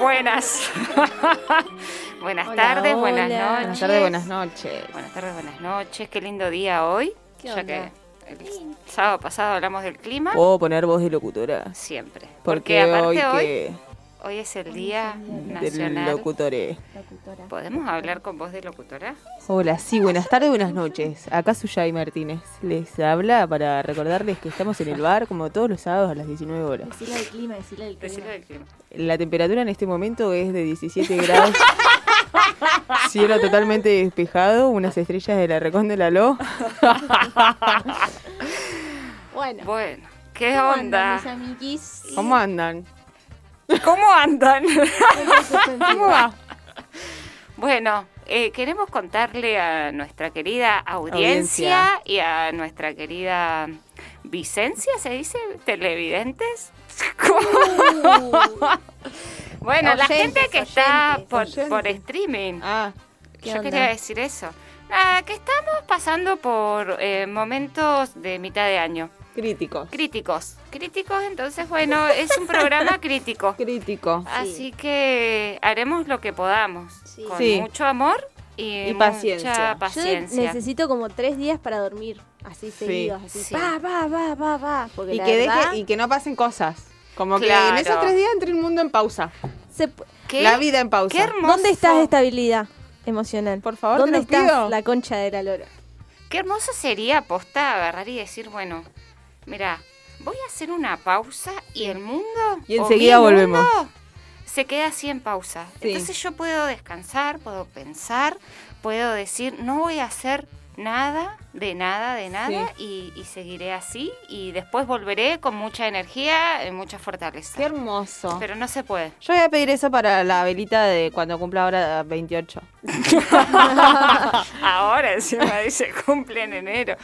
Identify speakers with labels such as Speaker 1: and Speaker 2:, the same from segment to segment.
Speaker 1: Buenas. buenas tardes, buenas
Speaker 2: hola.
Speaker 1: noches.
Speaker 3: Buenas tardes, buenas noches.
Speaker 1: Buenas tardes, buenas noches. Qué lindo día hoy.
Speaker 2: ¿Qué
Speaker 1: ya
Speaker 2: onda?
Speaker 1: que el sábado pasado hablamos del clima.
Speaker 3: ¿Puedo poner voz de locutora?
Speaker 1: Siempre.
Speaker 3: Oh. Porque, hoy
Speaker 1: aparte hoy, hoy,
Speaker 3: que
Speaker 1: es el Día
Speaker 3: del
Speaker 1: Nacional.
Speaker 3: locutoré.
Speaker 1: ¿Podemos hablar con voz de locutora?
Speaker 3: Hola, sí, buenas tardes, buenas noches. Acá Suyay Martínez les habla para recordarles que estamos en el bar como todos los sábados a las 19 horas.
Speaker 2: Decirle del clima, decirle del clima.
Speaker 1: Decirlo del clima.
Speaker 3: La temperatura en este momento es de 17 grados. Cielo totalmente despejado, unas estrellas de la Recón de la Lo.
Speaker 2: Bueno,
Speaker 1: Bueno, ¿qué
Speaker 2: ¿cómo andan,
Speaker 1: onda?
Speaker 2: mis amiguis?
Speaker 3: ¿Cómo andan?
Speaker 1: ¿Cómo andan?
Speaker 3: ¿Cómo va?
Speaker 1: Bueno, eh, queremos contarle a nuestra querida audiencia, y a nuestra querida Vicencia, ¿se dice? Televidentes. ¿Cómo? Bueno, la
Speaker 2: Oyentes,
Speaker 1: gente que está
Speaker 2: oyentes,
Speaker 1: por,
Speaker 3: oyentes.
Speaker 1: por streaming.
Speaker 3: Ah,
Speaker 2: ¿Qué
Speaker 1: Yo
Speaker 2: onda?
Speaker 1: quería decir eso. Nada, que estamos pasando por eh, momentos de mitad de año.
Speaker 3: crítico.
Speaker 1: Críticos. Críticos, entonces, bueno, es un programa crítico.
Speaker 3: Crítico.
Speaker 1: Así que haremos lo que podamos.
Speaker 2: Sí.
Speaker 1: Con
Speaker 3: Sí.
Speaker 1: mucho amor y,
Speaker 3: Y paciencia.
Speaker 1: mucha
Speaker 2: Yo
Speaker 1: paciencia.
Speaker 2: necesito como tres días para dormir, así seguidos, así.
Speaker 1: Sí.
Speaker 2: Pa, pa, pa, pa, pa. Porque
Speaker 3: Y
Speaker 2: la
Speaker 3: que,
Speaker 2: verdad,
Speaker 3: deje, y que no pasen cosas. Como
Speaker 1: Claro.
Speaker 3: que en esos tres días entre el mundo en pausa.
Speaker 2: se pu-
Speaker 1: ¿Qué?
Speaker 3: La vida en pausa.
Speaker 1: Qué hermoso.
Speaker 2: ¿Dónde está estabilidad emocional?
Speaker 3: Por favor, te
Speaker 2: ¿dónde
Speaker 3: lo
Speaker 2: está
Speaker 3: pido.
Speaker 2: la concha de la lora?
Speaker 1: Qué hermoso sería posta agarrar y decir, bueno, mira, voy a hacer una pausa y el mundo
Speaker 3: Y
Speaker 1: o
Speaker 3: enseguida
Speaker 1: mi
Speaker 3: volvemos.
Speaker 1: mundo, se queda así en pausa.
Speaker 3: Sí.
Speaker 1: Entonces yo puedo descansar, puedo pensar, puedo decir, no voy a hacer nada, de nada, de nada, y, y seguiré así, y después volveré con mucha energía y mucha fortaleza.
Speaker 3: Qué hermoso.
Speaker 1: Pero no se puede.
Speaker 3: Yo voy a pedir eso para la velita de cuando cumpla ahora 28.
Speaker 1: Ahora encima dice cumple en enero.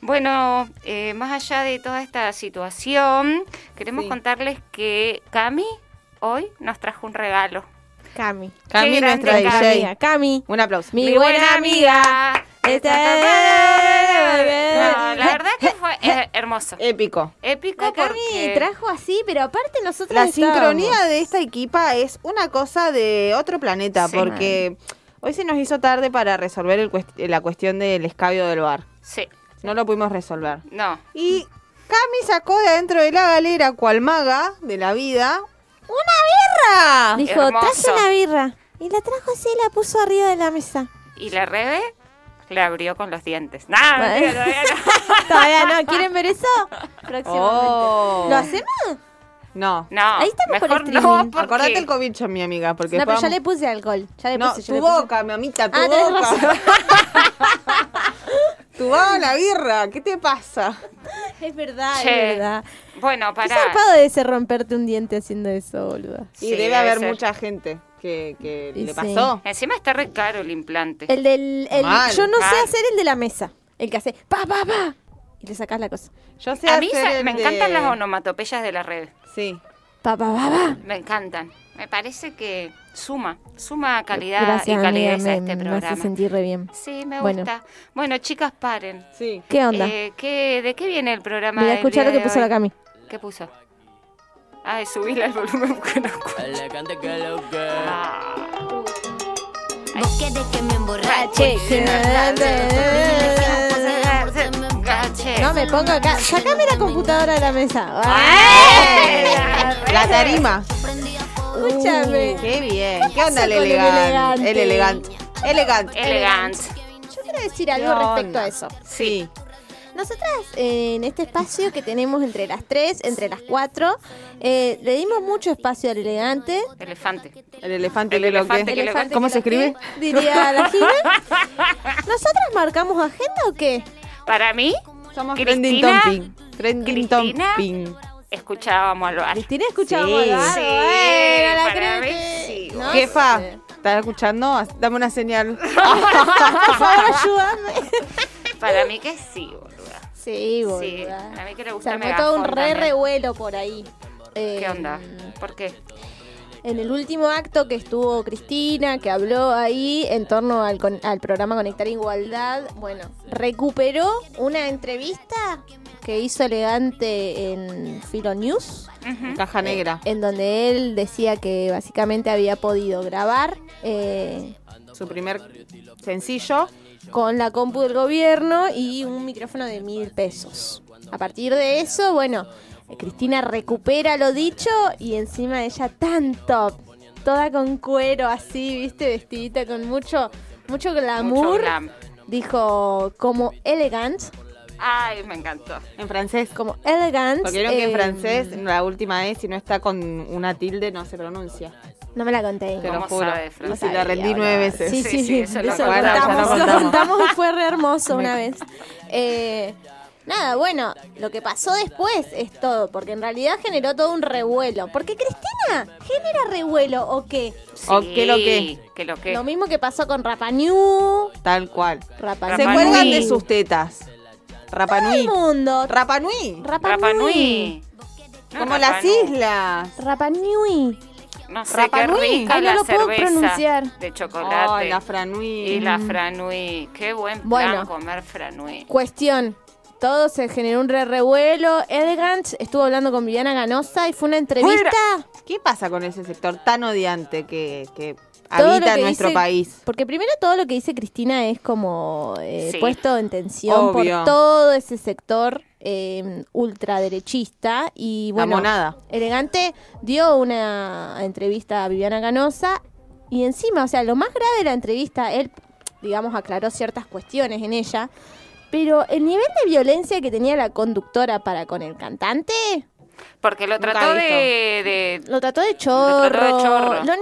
Speaker 1: Bueno, eh, más allá de toda esta situación, queremos
Speaker 3: Sí.
Speaker 1: contarles que Cami hoy nos trajo un regalo.
Speaker 2: Cami.
Speaker 3: Cami,
Speaker 1: grande
Speaker 3: nuestra DJ.
Speaker 1: Cami.
Speaker 2: Amiga, Cami.
Speaker 3: Un aplauso.
Speaker 2: Mi buena amiga.
Speaker 1: No, la verdad que fue eh, hermoso.
Speaker 3: Épico.
Speaker 1: Épico
Speaker 2: La Cami
Speaker 1: porque...
Speaker 2: trajo así, pero aparte nosotros
Speaker 3: La
Speaker 2: estábamos-
Speaker 3: sincronía de esta equipa es una cosa de otro planeta,
Speaker 1: Sí.
Speaker 3: porque hoy se nos hizo tarde para resolver el cuest- la cuestión del escabio del bar.
Speaker 1: Sí,
Speaker 3: No lo pudimos resolver.
Speaker 1: no.
Speaker 3: Y Cami sacó de adentro de la galera, cual maga de la vida, una birra.
Speaker 2: Dijo,
Speaker 1: Ah, Hermoso.
Speaker 2: traje una birra. Y la trajo así y la puso arriba de la mesa.
Speaker 1: Y la Rebe la abrió con los dientes. Nah, mentira, todavía no.
Speaker 2: Todavía no, ¿quieren ver eso? Próximamente.
Speaker 3: Oh.
Speaker 2: ¿Lo hacemos?
Speaker 3: No.
Speaker 1: No,
Speaker 2: Ahí estamos por
Speaker 1: mejor
Speaker 2: streaming.
Speaker 1: no, porque-
Speaker 3: Acordate el cobicho, mi amiga, porque
Speaker 2: no, pero
Speaker 3: después
Speaker 2: ya le
Speaker 3: vamos-
Speaker 2: puse alcohol. Ya le
Speaker 3: No,
Speaker 2: puse, yo
Speaker 3: tu
Speaker 2: le puse.
Speaker 3: boca, mamita, tu
Speaker 2: Ah, tenés razón.
Speaker 3: boca. tu boca, la birra, ¿qué te pasa?
Speaker 2: Es verdad,
Speaker 1: Che,
Speaker 2: es verdad.
Speaker 1: Bueno,
Speaker 2: Qué
Speaker 1: pará.
Speaker 2: zarpado de ese romperte un diente haciendo eso, boluda.
Speaker 1: Sí,
Speaker 3: y debe haber
Speaker 1: ser.
Speaker 3: mucha gente que, que
Speaker 2: Y sí.
Speaker 3: le pasó.
Speaker 1: Encima está re caro el implante.
Speaker 2: El del... el-
Speaker 3: Mal,
Speaker 2: yo no
Speaker 1: mal.
Speaker 2: sé hacer el de la mesa. El que hace pa, pa, pa. Y le sacás la cosa.
Speaker 3: Yo sé
Speaker 1: A mí
Speaker 3: hacer
Speaker 1: sa-
Speaker 3: el
Speaker 1: me
Speaker 3: de-
Speaker 1: encantan las onomatopeyas de la red.
Speaker 3: Sí.
Speaker 2: Pa, pa, pa, pa.
Speaker 1: Me encantan. Me parece que suma, suma calidad
Speaker 2: Gracias,
Speaker 1: y
Speaker 2: amiga,
Speaker 1: calidez
Speaker 2: me,
Speaker 1: a este
Speaker 2: me
Speaker 1: programa.
Speaker 2: hace sentir re bien.
Speaker 1: Sí, me
Speaker 2: Bueno.
Speaker 1: gusta. Bueno, chicas, paren.
Speaker 3: Sí.
Speaker 2: ¿Qué onda?
Speaker 1: Eh, ¿qué- ¿De qué viene el programa?
Speaker 2: Voy a
Speaker 1: del día
Speaker 2: escuchar lo que
Speaker 1: de
Speaker 2: puso
Speaker 1: hoy?
Speaker 2: la Cami.
Speaker 1: ¿Qué puso? Ay, subíla al volumen porque no escucho.
Speaker 4: Elegante que lo que.
Speaker 1: Ah,
Speaker 5: Vos querés que me
Speaker 1: eh,
Speaker 5: emborrache.
Speaker 1: Gache.
Speaker 2: No me pongo acá. Sacame la computadora de la mesa.
Speaker 1: Eh,
Speaker 2: Ah,
Speaker 1: ¡Ay!
Speaker 3: La tarima.
Speaker 2: Uh, Escúchame.
Speaker 3: Qué bien. ¿Qué onda el
Speaker 2: con el elegante?
Speaker 3: elegante? El elegante. Elegante.
Speaker 1: Elegante.
Speaker 2: Yo quiero decir
Speaker 3: ¿Qué
Speaker 2: algo
Speaker 3: onda?
Speaker 2: respecto a eso.
Speaker 3: Sí.
Speaker 2: Nosotras eh, en este espacio que tenemos entre las tres, entre las cuatro, eh, le dimos mucho espacio al elegante.
Speaker 1: Elefante.
Speaker 3: El elefante
Speaker 1: El
Speaker 3: que lo
Speaker 1: elefante
Speaker 3: que.
Speaker 1: que lo que.
Speaker 3: ¿Cómo se escribe?
Speaker 2: Diría la Jime. ¿Nosotras marcamos agenda o qué?
Speaker 1: Para mí,
Speaker 3: Somos trending
Speaker 1: Cristina-
Speaker 3: topping. Trending
Speaker 1: Cristina-
Speaker 3: topping.
Speaker 1: escuchábamos al bar.
Speaker 2: Cristina escuchaba
Speaker 3: Sí.
Speaker 2: hablar,
Speaker 1: Sí,
Speaker 2: bueno, eh, la
Speaker 1: para
Speaker 2: creo
Speaker 1: mí
Speaker 2: que-
Speaker 1: sí,
Speaker 2: ¿no?
Speaker 3: Jefa, ¿estás escuchando? Dame una señal.
Speaker 2: Por favor, ayúdame.
Speaker 1: Para mí que sí, boluda.
Speaker 2: Sí, boluda.
Speaker 1: Sí, a mí que le
Speaker 2: Se
Speaker 1: gusta
Speaker 2: armó
Speaker 1: Megafon
Speaker 2: todo un re
Speaker 1: también.
Speaker 2: revuelo por ahí. Eh,
Speaker 1: ¿Qué onda? ¿Por qué?
Speaker 2: en el último acto que estuvo Cristina, que habló ahí en torno al, con- al programa Conectar Igualdad, bueno, recuperó una entrevista que hizo elegante en Filo News,
Speaker 1: Ujú.
Speaker 3: Caja negra.
Speaker 2: en donde él decía que básicamente había podido grabar eh,
Speaker 3: Su primer sencillo.
Speaker 2: con la compu del gobierno y un micrófono de mil pesos. A partir de eso, bueno, eh, Cristina recupera lo dicho y encima ella tan top, toda con cuero así, viste, vestidita con mucho, mucho glamour.
Speaker 1: Mucho glam.
Speaker 2: Dijo como elegant,
Speaker 1: Ay, me encantó.
Speaker 3: En francés.
Speaker 2: como elegant.
Speaker 3: Porque vieron que en
Speaker 2: eh,
Speaker 3: francés, la última E, si no está con una tilde, no se pronuncia.
Speaker 2: No me la conté.
Speaker 3: Te lo
Speaker 1: ¿Cómo
Speaker 3: juro.
Speaker 1: sabe
Speaker 3: Y
Speaker 1: francés?
Speaker 3: si la rendí nueve veces.
Speaker 2: Sí,
Speaker 1: Sí,
Speaker 2: sí,
Speaker 1: sí, eso lo
Speaker 2: eso lo
Speaker 1: guardamos,
Speaker 2: contamos,
Speaker 3: ya lo
Speaker 2: lo
Speaker 3: contamos.
Speaker 2: contamos y fue re hermoso una vez. Eh, nada, bueno, lo que pasó después es todo, porque en realidad generó todo un revuelo. Porque Cristina genera revuelo, ¿o qué?
Speaker 3: O que lo que.
Speaker 1: Que lo que.
Speaker 2: Lo mismo que pasó con Rapañú.
Speaker 3: Tal cual.
Speaker 2: Rapañú.
Speaker 3: Se
Speaker 1: Rapanui.
Speaker 3: cuelgan de sus tetas.
Speaker 2: Todo
Speaker 3: Rapanui.
Speaker 2: el mundo. Rapanui.
Speaker 3: Rapanui.
Speaker 1: Rapanui. No,
Speaker 3: Como las
Speaker 1: Rapanui.
Speaker 3: islas.
Speaker 2: Rapanui.
Speaker 1: No sé qué
Speaker 3: Rapanui.
Speaker 1: rica
Speaker 2: Ay, no
Speaker 1: la
Speaker 2: lo puedo
Speaker 1: cerveza
Speaker 2: pronunciar.
Speaker 1: de chocolate.
Speaker 3: Oh, la franui.
Speaker 1: y la franui. Qué buen plan
Speaker 2: Bueno.
Speaker 1: comer franui.
Speaker 2: Cuestión. Todo se generó un re revuelo. Elegant estuvo hablando con Viviana Ganosa y fue una entrevista.
Speaker 3: ¿Qué pasa con ese sector tan odiante que, que
Speaker 2: Todo lo
Speaker 3: habita
Speaker 2: que
Speaker 3: nuestro
Speaker 2: dice-
Speaker 3: país?
Speaker 2: Porque primero todo lo que dice Cristina es como eh,
Speaker 1: Sí.
Speaker 2: puesto en tensión
Speaker 3: Obvio.
Speaker 2: por todo ese sector eh, ultraderechista y
Speaker 3: La
Speaker 2: bueno,
Speaker 3: monada.
Speaker 2: Elegante dio una entrevista a Viviana Canosa y encima, o sea, lo más grave de la entrevista, él, digamos, aclaró ciertas cuestiones en ella, pero el nivel de violencia que tenía la conductora para con el cantante,
Speaker 1: Porque lo
Speaker 3: Nunca
Speaker 1: trató
Speaker 3: he
Speaker 1: de,
Speaker 3: visto.
Speaker 1: de-
Speaker 2: lo trató de
Speaker 1: Lo
Speaker 2: chorro,
Speaker 1: trató de chorro.
Speaker 2: lo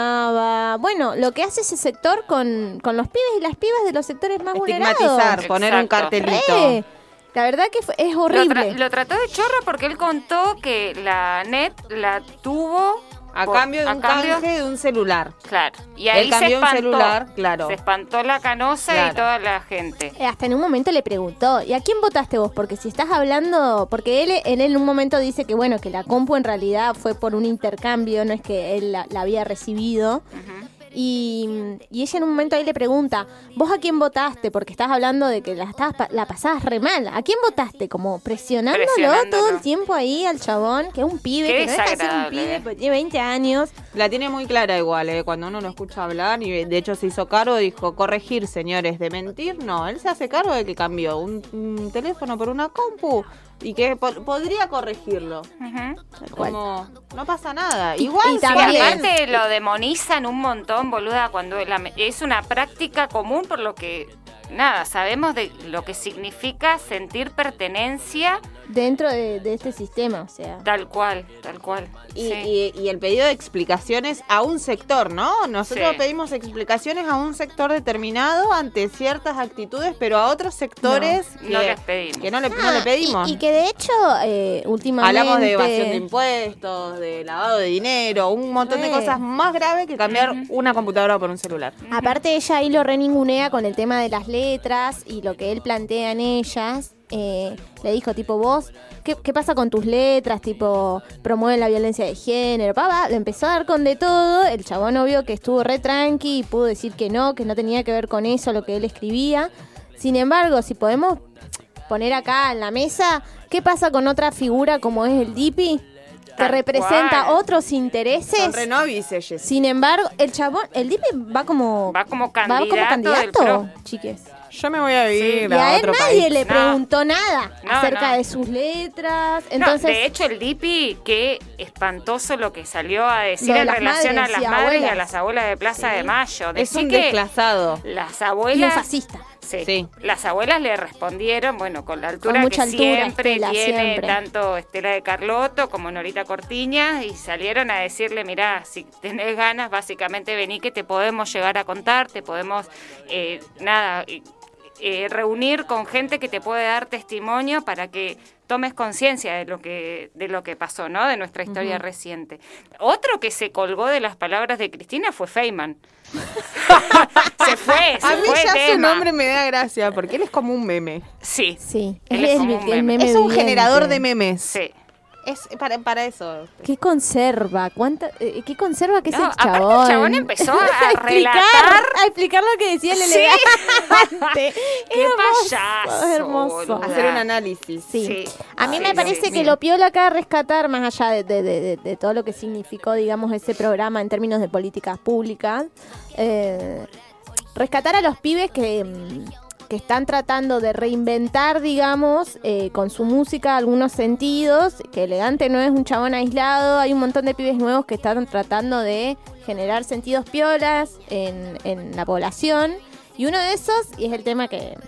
Speaker 2: ninguneaba. Bueno, lo que hace ese sector con, con los pibes y las pibas de los sectores más vulnerados.
Speaker 3: Estigmatizar, poner un
Speaker 1: Exacto.
Speaker 2: Re.
Speaker 3: cartelito.
Speaker 2: La verdad que fue- es
Speaker 1: lo, tra-
Speaker 2: horrible.
Speaker 1: lo trató de chorro porque él contó que la net la tuvo
Speaker 3: A
Speaker 1: por-
Speaker 3: cambio de
Speaker 1: a
Speaker 3: un
Speaker 1: cambio-
Speaker 3: canje de un celular.
Speaker 1: Claro. Y ahí
Speaker 3: Él
Speaker 1: se
Speaker 3: cambió un
Speaker 1: espantó.
Speaker 3: celular, claro.
Speaker 1: Se espantó la canosa
Speaker 3: Claro.
Speaker 1: y toda la gente.
Speaker 2: Eh, Hasta en un momento le preguntó, ¿y a quién votaste vos? Porque si estás hablando, porque él él en un momento dice que bueno, que la compu en realidad fue por un intercambio, no es que él la, la había recibido.
Speaker 1: Ujú.
Speaker 2: Y, y ella en un momento ahí le pregunta, ¿vos a quién votaste? Porque estás hablando de que la, estabas pa- la pasabas re mal. ¿A quién votaste? Como presionándolo,
Speaker 1: Presionándolo.
Speaker 2: todo el tiempo ahí al chabón, que es un pibe,
Speaker 1: Qué
Speaker 2: que no deja de ser un
Speaker 1: desagradable.
Speaker 2: pibe, porque tiene 20 años.
Speaker 3: La tiene muy clara igual, ¿eh? cuando uno lo escucha hablar y de hecho se hizo cargo, dijo, corregir señores, de mentir, no, él se hace cargo de que cambió un, un teléfono por una compu y que po- podría corregirlo.
Speaker 1: Ujú.
Speaker 2: cual.
Speaker 3: Como, no pasa nada.
Speaker 2: Y-
Speaker 3: Igual,
Speaker 2: y
Speaker 3: si
Speaker 1: Y
Speaker 2: También.
Speaker 1: aparte lo demonizan un montón, boluda, cuando la me- es una práctica común por lo que, nada, sabemos de lo que significa sentir pertenencia
Speaker 2: Dentro de, de este sistema, o sea.
Speaker 1: tal cual, tal cual.
Speaker 3: Y,
Speaker 1: sí.
Speaker 3: y- y el pedido de explicaciones a un sector, ¿no? Nosotros
Speaker 1: Sí.
Speaker 3: pedimos explicaciones a un sector determinado ante ciertas actitudes, pero a otros sectores que,
Speaker 1: No les pedimos.
Speaker 3: que no, le, no le
Speaker 2: Ah,
Speaker 3: pedimos.
Speaker 2: Y, y que de hecho, eh, últimamente.
Speaker 3: Hablamos de evasión de impuestos, de lavado de dinero, un montón de
Speaker 2: Eh.
Speaker 3: cosas más graves que cambiar una computadora por un celular.
Speaker 2: Aparte, ella ahí lo reningunea con el tema de las letras y lo que él plantea en ellas. Eh, le dijo, tipo, vos, ¿qué, qué pasa con tus letras? Tipo, promueve la violencia de género. Pa, pa. Le empezó a dar con de todo. El chabón obvio que estuvo re tranqui y pudo decir que no, que no tenía que ver con eso lo que él escribía. Sin embargo, si podemos poner acá en la mesa, ¿qué pasa con otra figura como es el Dipi? Que
Speaker 1: Tal
Speaker 2: representa
Speaker 1: cual.
Speaker 2: otros intereses.
Speaker 3: Son renovis ellos.
Speaker 2: Sin embargo, el chabón, el Dipi va como
Speaker 1: Va como candidato del pro.
Speaker 2: chiques.
Speaker 3: Yo me voy a vivir
Speaker 2: Y
Speaker 3: a,
Speaker 2: a él
Speaker 3: otro
Speaker 2: nadie
Speaker 3: país.
Speaker 2: le
Speaker 1: No.
Speaker 2: preguntó nada
Speaker 1: No,
Speaker 2: acerca
Speaker 1: no.
Speaker 2: de sus letras.
Speaker 1: No,
Speaker 2: Entonces,
Speaker 1: de hecho, el Dipi, qué espantoso lo que salió a
Speaker 2: Lo
Speaker 1: decir
Speaker 2: de
Speaker 1: en
Speaker 2: las
Speaker 1: relación a
Speaker 2: madres
Speaker 1: las
Speaker 2: y
Speaker 1: madres y a
Speaker 2: abuelas.
Speaker 1: las abuelas de Plaza de Mayo.
Speaker 3: Es
Speaker 1: Decir
Speaker 3: un
Speaker 1: que
Speaker 3: desclasado.
Speaker 1: las
Speaker 2: y un
Speaker 1: abuelas
Speaker 2: fascista.
Speaker 1: Sí.
Speaker 3: Sí.
Speaker 1: Las abuelas le respondieron, bueno, con la altura
Speaker 2: Con
Speaker 1: que
Speaker 2: mucha altura,
Speaker 1: siempre
Speaker 2: Estela,
Speaker 1: tiene
Speaker 2: siempre.
Speaker 1: tanto Estela de Carlotto como Norita Cortiñas, y salieron a decirle, mirá, si tenés ganas, básicamente vení que te podemos llegar a contar, te podemos, eh, nada, eh, eh, reunir con gente que te puede dar testimonio para que tomes conciencia de lo que de lo que pasó, ¿no? De nuestra historia reciente. Otro que se colgó de las palabras de Cristina fue Feynman. se fue, se
Speaker 3: A mí
Speaker 1: fue
Speaker 3: ya su
Speaker 1: tema.
Speaker 3: nombre me da gracia, porque él es como un meme.
Speaker 1: Sí,
Speaker 2: Sí,
Speaker 1: Él
Speaker 2: él
Speaker 1: es
Speaker 2: es
Speaker 1: como
Speaker 2: el,
Speaker 1: un
Speaker 2: el
Speaker 1: meme.
Speaker 2: meme
Speaker 3: Es un
Speaker 2: viviente.
Speaker 3: generador de memes.
Speaker 1: sí.
Speaker 3: Es para, para eso.
Speaker 2: ¿Qué conserva? ¿Cuánta, eh, ¿Qué conserva que es
Speaker 1: No,
Speaker 2: el
Speaker 1: aparte el
Speaker 2: chabón?
Speaker 1: chabón empezó a
Speaker 2: explicar,
Speaker 1: relatar.
Speaker 2: a explicar lo que decía el
Speaker 1: Sí.
Speaker 2: elegante.
Speaker 1: ¡Qué
Speaker 2: Hermoso,
Speaker 1: payaso!
Speaker 2: hermoso.
Speaker 1: boluda.
Speaker 3: Hacer un análisis.
Speaker 2: Sí.
Speaker 1: Sí.
Speaker 2: A mí
Speaker 1: Sí,
Speaker 2: me
Speaker 1: sí,
Speaker 2: parece
Speaker 1: sí.
Speaker 2: que lo piola acá rescatar, más allá de, de- de- de- de todo lo que significó, digamos, ese programa en términos de políticas públicas, eh, rescatar a los pibes que, mm, que están tratando de reinventar, digamos, eh, con su música algunos sentidos, que elegante no es un chabón aislado, hay un montón de pibes nuevos que están tratando de generar sentidos piolas en, en la población. Y uno de esos, y es el tema que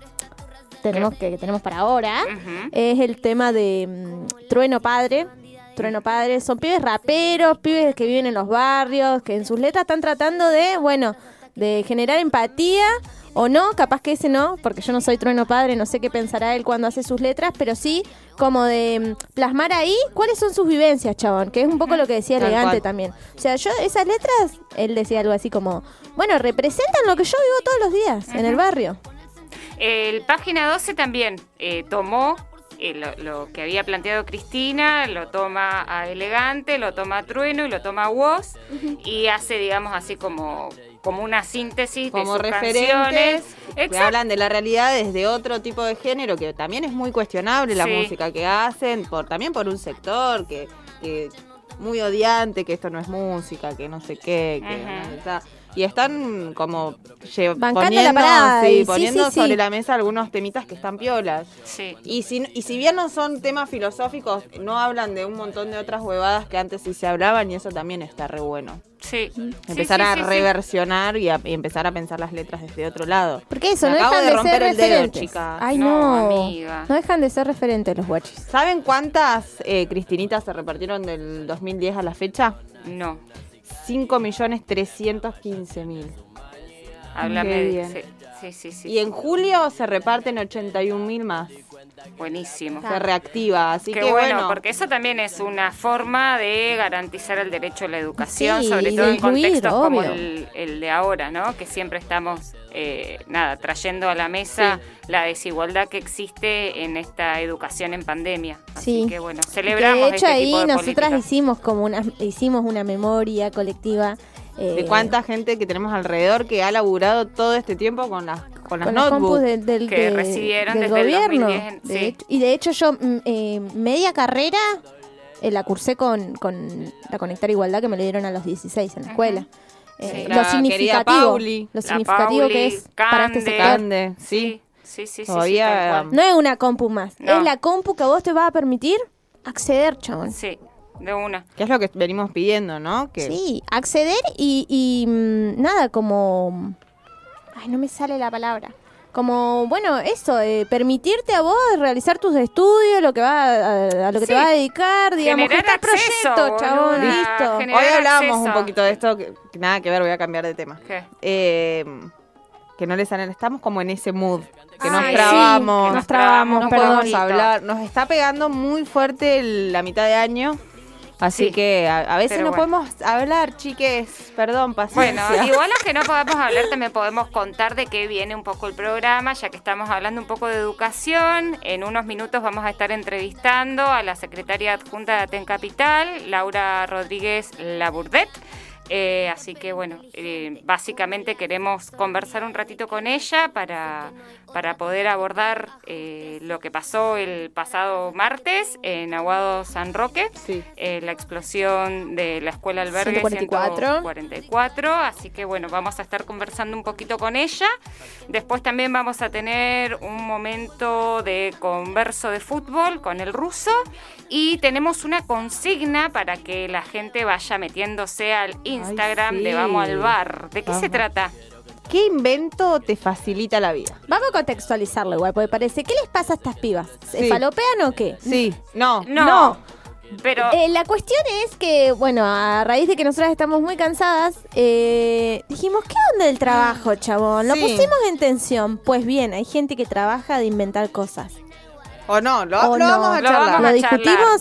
Speaker 2: tenemos, que, que tenemos para ahora,
Speaker 1: Ujú.
Speaker 2: es el tema de mm, Trueno Padre. Trueno Padre son pibes raperos, pibes que viven en los barrios, que en sus letras están tratando de, bueno, de generar empatía o no, capaz que ese no, porque yo no soy Trueno Padre, no sé qué pensará él cuando hace sus letras, pero sí como de mm, plasmar ahí cuáles son sus vivencias, chabón, que es un poco lo que decía
Speaker 3: Tal
Speaker 2: Elegante
Speaker 3: cual.
Speaker 2: también. O sea, yo esas letras, él decía algo así como, bueno, representan lo que yo vivo todos los días en el barrio.
Speaker 1: El página 12 también eh, tomó eh, lo, lo que había planteado Cristina, lo toma a Elegante, lo toma a Trueno y lo toma a Woz y hace, digamos, así como, como una síntesis
Speaker 3: Como
Speaker 1: de sus
Speaker 3: referentes
Speaker 1: canciones.
Speaker 3: que
Speaker 1: Exacto.
Speaker 3: hablan de la realidad desde otro tipo de género que también es muy cuestionable la
Speaker 1: Sí.
Speaker 3: música que hacen, por, también por un sector que, que muy odiante, que esto no es música, que no sé qué, que
Speaker 1: Ajá.
Speaker 3: o sea, y están como lle-
Speaker 2: Bancando la
Speaker 3: poniendo,
Speaker 2: parada,
Speaker 3: sí,
Speaker 2: y sí,
Speaker 3: poniendo
Speaker 2: sí, sí.
Speaker 3: sobre la mesa algunos temitas que están piolas.
Speaker 1: Sí.
Speaker 3: Y si, y si bien no son temas filosóficos, no hablan de un montón de otras huevadas que antes sí se hablaban y eso también está re bueno.
Speaker 1: Sí. Sí,
Speaker 3: Empezar
Speaker 1: sí,
Speaker 3: a
Speaker 1: sí, sí.
Speaker 3: reversionar y, a- y empezar a pensar las letras desde otro lado.
Speaker 2: Porque eso,
Speaker 3: Me
Speaker 2: no
Speaker 3: acabo
Speaker 2: dejan de,
Speaker 3: de
Speaker 2: ser
Speaker 3: romper el dedo,
Speaker 2: referentes.
Speaker 3: chicas.
Speaker 2: Ay, no.
Speaker 1: No,
Speaker 2: No,
Speaker 1: amiga.
Speaker 2: dejan de ser referentes los guachis.
Speaker 3: ¿Saben cuántas eh, cristinitas se repartieron del 2010 a la fecha?
Speaker 1: No,
Speaker 3: 5.315.000.
Speaker 1: háblame
Speaker 3: Qué
Speaker 1: de...
Speaker 3: bien.
Speaker 1: Sí, sí, sí. sí.
Speaker 3: Y en julio se reparten 81.000 más.
Speaker 1: Buenísimo.
Speaker 3: Se reactiva, así
Speaker 1: Qué
Speaker 3: que
Speaker 1: bueno,
Speaker 3: bueno.
Speaker 1: porque eso también es una forma de garantizar el derecho a la educación,
Speaker 2: Sí,
Speaker 1: sobre
Speaker 2: y
Speaker 1: todo
Speaker 2: de
Speaker 1: en contextos
Speaker 2: incluir,
Speaker 1: como
Speaker 2: obvio.
Speaker 1: el, el de ahora, ¿no? Que siempre estamos, eh, nada, trayendo a la mesa la desigualdad que existe en esta educación en pandemia. Así
Speaker 2: Sí.
Speaker 1: que bueno,
Speaker 2: Y que
Speaker 1: celebramos
Speaker 2: de
Speaker 1: este
Speaker 2: hecho ahí
Speaker 1: tipo de
Speaker 2: nosotras
Speaker 1: políticas.
Speaker 2: hicimos como una hicimos una memoria colectiva eh,
Speaker 3: De cuánta gente que tenemos alrededor que ha laburado todo este tiempo con las, con las
Speaker 2: con los compus
Speaker 3: notebooks.
Speaker 2: de- del,
Speaker 1: que
Speaker 2: de-
Speaker 1: recibieron
Speaker 2: del
Speaker 1: desde el
Speaker 2: gobierno
Speaker 1: 2010,
Speaker 2: De
Speaker 1: sí.
Speaker 2: hecho- y de hecho yo mm, eh, media carrera eh, la cursé con, con la conectar igualdad que me lo dieron a los 16 en la
Speaker 1: Ajá.
Speaker 2: escuela
Speaker 1: Sí.
Speaker 2: Eh,
Speaker 1: La
Speaker 2: lo
Speaker 3: querida
Speaker 2: significativo
Speaker 3: Pauli,
Speaker 2: lo
Speaker 1: la
Speaker 2: significativo
Speaker 1: Pauli,
Speaker 2: que es para este
Speaker 1: Cande.
Speaker 2: sector
Speaker 3: Grande, sí.
Speaker 1: Sí, sí, sí, sí.
Speaker 3: Todavía,
Speaker 1: sí, tal cual.
Speaker 2: No es una compu más.
Speaker 1: No.
Speaker 2: Es la compu que vos te vas a permitir acceder, chabón.
Speaker 1: Sí, de una.
Speaker 3: Que es lo que venimos pidiendo, ¿no? Que
Speaker 2: Sí, acceder y, y, mm, nada, como... mm, Ay, no me sale la palabra. Como, bueno, eso, eh, permitirte a vos realizar tus estudios, lo que va a, a lo que te
Speaker 1: Sí.
Speaker 2: vas a dedicar, digamos,
Speaker 1: Generar
Speaker 2: gestar
Speaker 1: acceso,
Speaker 2: proyectos, chabón,
Speaker 1: boluda,
Speaker 2: listo.
Speaker 1: generar
Speaker 3: Hoy hablábamos un
Speaker 1: acceso.
Speaker 3: poquito de esto, que, que nada que ver, voy a cambiar de tema.
Speaker 1: ¿Qué?
Speaker 3: Eh, que no les salen, estamos como en ese mood, que
Speaker 2: Ay,
Speaker 3: nos
Speaker 2: sí,
Speaker 3: trabamos,
Speaker 2: que nos
Speaker 3: no
Speaker 2: trabamos,
Speaker 1: nos
Speaker 2: perdón.
Speaker 3: podemos hablar, nos está pegando muy fuerte el- la mitad de año. Así
Speaker 1: Sí,
Speaker 3: que a, a veces
Speaker 1: pero
Speaker 3: no
Speaker 1: bueno.
Speaker 3: podemos hablar, chiques. Perdón,
Speaker 1: Bueno,
Speaker 3: paciencia.
Speaker 1: igual los que no podamos hablar también podemos contar de qué viene un poco el programa, ya que estamos hablando un poco de educación. En unos minutos vamos a estar entrevistando a la secretaria adjunta de Aten Capital, Laura Rodríguez Laburdet. Eh, así que bueno, eh, básicamente queremos conversar un ratito con ella para, para poder abordar eh, lo que pasó el pasado martes en Aguado San Roque
Speaker 3: Sí.
Speaker 1: eh, la explosión de la escuela albergue
Speaker 2: 144.
Speaker 1: 144, así que bueno, vamos a estar conversando un poquito con ella. Después también vamos a tener un momento de converso de fútbol con el ruso y tenemos una consigna para que la gente vaya metiéndose al Instagram
Speaker 3: sí.
Speaker 1: de Vamos al Bar. ¿De qué se
Speaker 3: Vamos.
Speaker 1: trata?
Speaker 3: ¿Qué invento te facilita la vida?
Speaker 2: Vamos a contextualizarlo igual, porque parece, ¿qué les pasa a estas pibas? ¿Se
Speaker 3: Sí.
Speaker 2: falopean o qué?
Speaker 3: Sí, no.
Speaker 1: No,
Speaker 2: No.
Speaker 1: pero
Speaker 2: Eh, la cuestión es que, bueno, a raíz de que nosotras estamos muy cansadas, eh, dijimos, ¿qué onda el trabajo, chabón? Lo
Speaker 3: Sí.
Speaker 2: pusimos en tensión. Pues bien, hay gente que trabaja de inventar cosas.
Speaker 3: O no, lo,
Speaker 2: O
Speaker 3: lo
Speaker 2: no.
Speaker 3: vamos a
Speaker 1: Lo
Speaker 3: charlar.
Speaker 1: vamos
Speaker 2: Lo
Speaker 1: a
Speaker 2: discutimos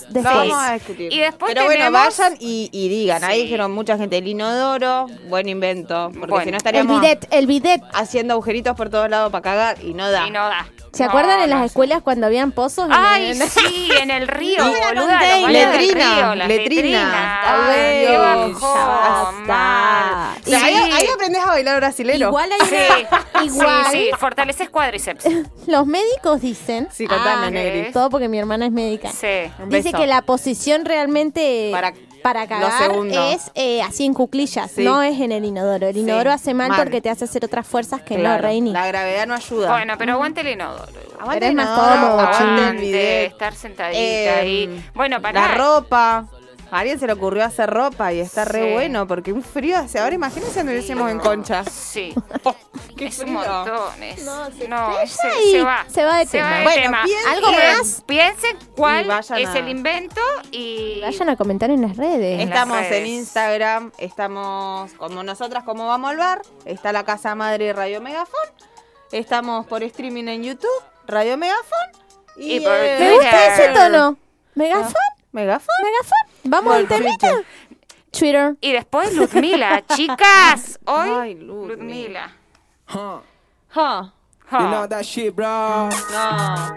Speaker 1: charlar.
Speaker 3: Lo
Speaker 2: después.
Speaker 3: vamos a discutir.
Speaker 1: Y después
Speaker 3: Pero bueno,
Speaker 1: tenemos-
Speaker 3: vayan y, y digan. Ahí
Speaker 1: Sí.
Speaker 3: dijeron mucha gente, el inodoro, buen invento. Porque
Speaker 1: Bueno.
Speaker 3: si no
Speaker 2: El
Speaker 3: estaríamos
Speaker 2: bidet, el bidet.
Speaker 3: haciendo agujeritos por todos lados para cagar y no da.
Speaker 1: y no da.
Speaker 2: ¿Se
Speaker 1: No,
Speaker 2: acuerdan en
Speaker 1: no
Speaker 2: las
Speaker 1: sé.
Speaker 2: escuelas cuando habían pozos?
Speaker 1: Ay,
Speaker 2: Nena.
Speaker 1: sí, en el río,
Speaker 3: Y-
Speaker 1: boluda.
Speaker 3: Letrina,
Speaker 1: los baños del
Speaker 3: letrina,
Speaker 1: río, las
Speaker 3: letrina.
Speaker 1: letrinas.
Speaker 3: Ay,
Speaker 1: Ay, qué
Speaker 3: Dios,
Speaker 1: bajón,
Speaker 3: ya basta.
Speaker 1: mal.
Speaker 3: Y ahí-
Speaker 1: Sí.
Speaker 4: Ah, Ahí aprendes a bailar brasilero.
Speaker 2: Ah, Igual hay
Speaker 1: Sí,
Speaker 2: Igual.
Speaker 1: sí, sí, fortaleces cuádriceps.
Speaker 2: Los médicos dicen.
Speaker 3: Sí, contame,
Speaker 1: Ah,
Speaker 3: Negri.
Speaker 1: ¿qué?
Speaker 2: Todo porque mi hermana es médica.
Speaker 1: Sí.
Speaker 3: Un
Speaker 2: Dice
Speaker 3: beso.
Speaker 2: que la posición realmente
Speaker 3: Para-
Speaker 2: para,
Speaker 3: lo
Speaker 2: cagar
Speaker 3: segundo.
Speaker 2: es eh, así en cuclillas,
Speaker 3: Sí.
Speaker 2: no es en el inodoro. El inodoro hace mal,
Speaker 3: mal.
Speaker 2: porque te hace hacer otras fuerzas que
Speaker 3: Claro,
Speaker 2: no, Reini.
Speaker 4: La gravedad no ayuda.
Speaker 1: Bueno, pero aguante el inodoro. igual.
Speaker 2: Pero es más
Speaker 4: no,
Speaker 2: cómodo,
Speaker 4: aguante el
Speaker 1: Aguante,
Speaker 4: bidet.
Speaker 1: estar sentadita
Speaker 4: Eh,
Speaker 3: Em,
Speaker 1: ahí. Bueno,
Speaker 4: La
Speaker 1: para
Speaker 4: ropa. A alguien se le ocurrió hacer ropa y está
Speaker 1: Sí.
Speaker 4: re bueno porque un frío hace ahora. Imagínense anduviésemos en concha.
Speaker 1: Sí.
Speaker 4: Qué
Speaker 1: es un
Speaker 4: frío.
Speaker 1: montón. es-
Speaker 2: No, se
Speaker 1: no,
Speaker 2: estrella
Speaker 1: es- se,
Speaker 2: y
Speaker 1: se va.
Speaker 2: se va de tema.
Speaker 4: Bueno,
Speaker 1: tema.
Speaker 4: piensen-
Speaker 2: ¿Algo más?
Speaker 1: Piensen cuál
Speaker 3: Y vayan
Speaker 1: es
Speaker 3: a-
Speaker 1: el invento y.
Speaker 2: Vayan a comentar en las redes.
Speaker 1: Es-
Speaker 3: Estamos
Speaker 1: las
Speaker 3: en
Speaker 1: redes.
Speaker 3: Instagram, estamos como nosotras, como vamos al bar, está la Casa Madre y Radio Megafon, estamos por streaming en YouTube, Radio Megafon y,
Speaker 1: Y por
Speaker 3: en-
Speaker 2: Me gusta
Speaker 1: Twitter.
Speaker 2: ese tono. ¿Megafon?
Speaker 3: Ah. Megafon.
Speaker 2: ¿Megafon? ¿Vamos al temita? Twitter.
Speaker 1: Y después Luzmila, chicas. Hoy.
Speaker 3: Ay, Luzmi.
Speaker 1: Luzmila.
Speaker 6: Huh.
Speaker 3: Ja.
Speaker 1: Ja. Oh.
Speaker 6: You know that shit, bro.
Speaker 3: No.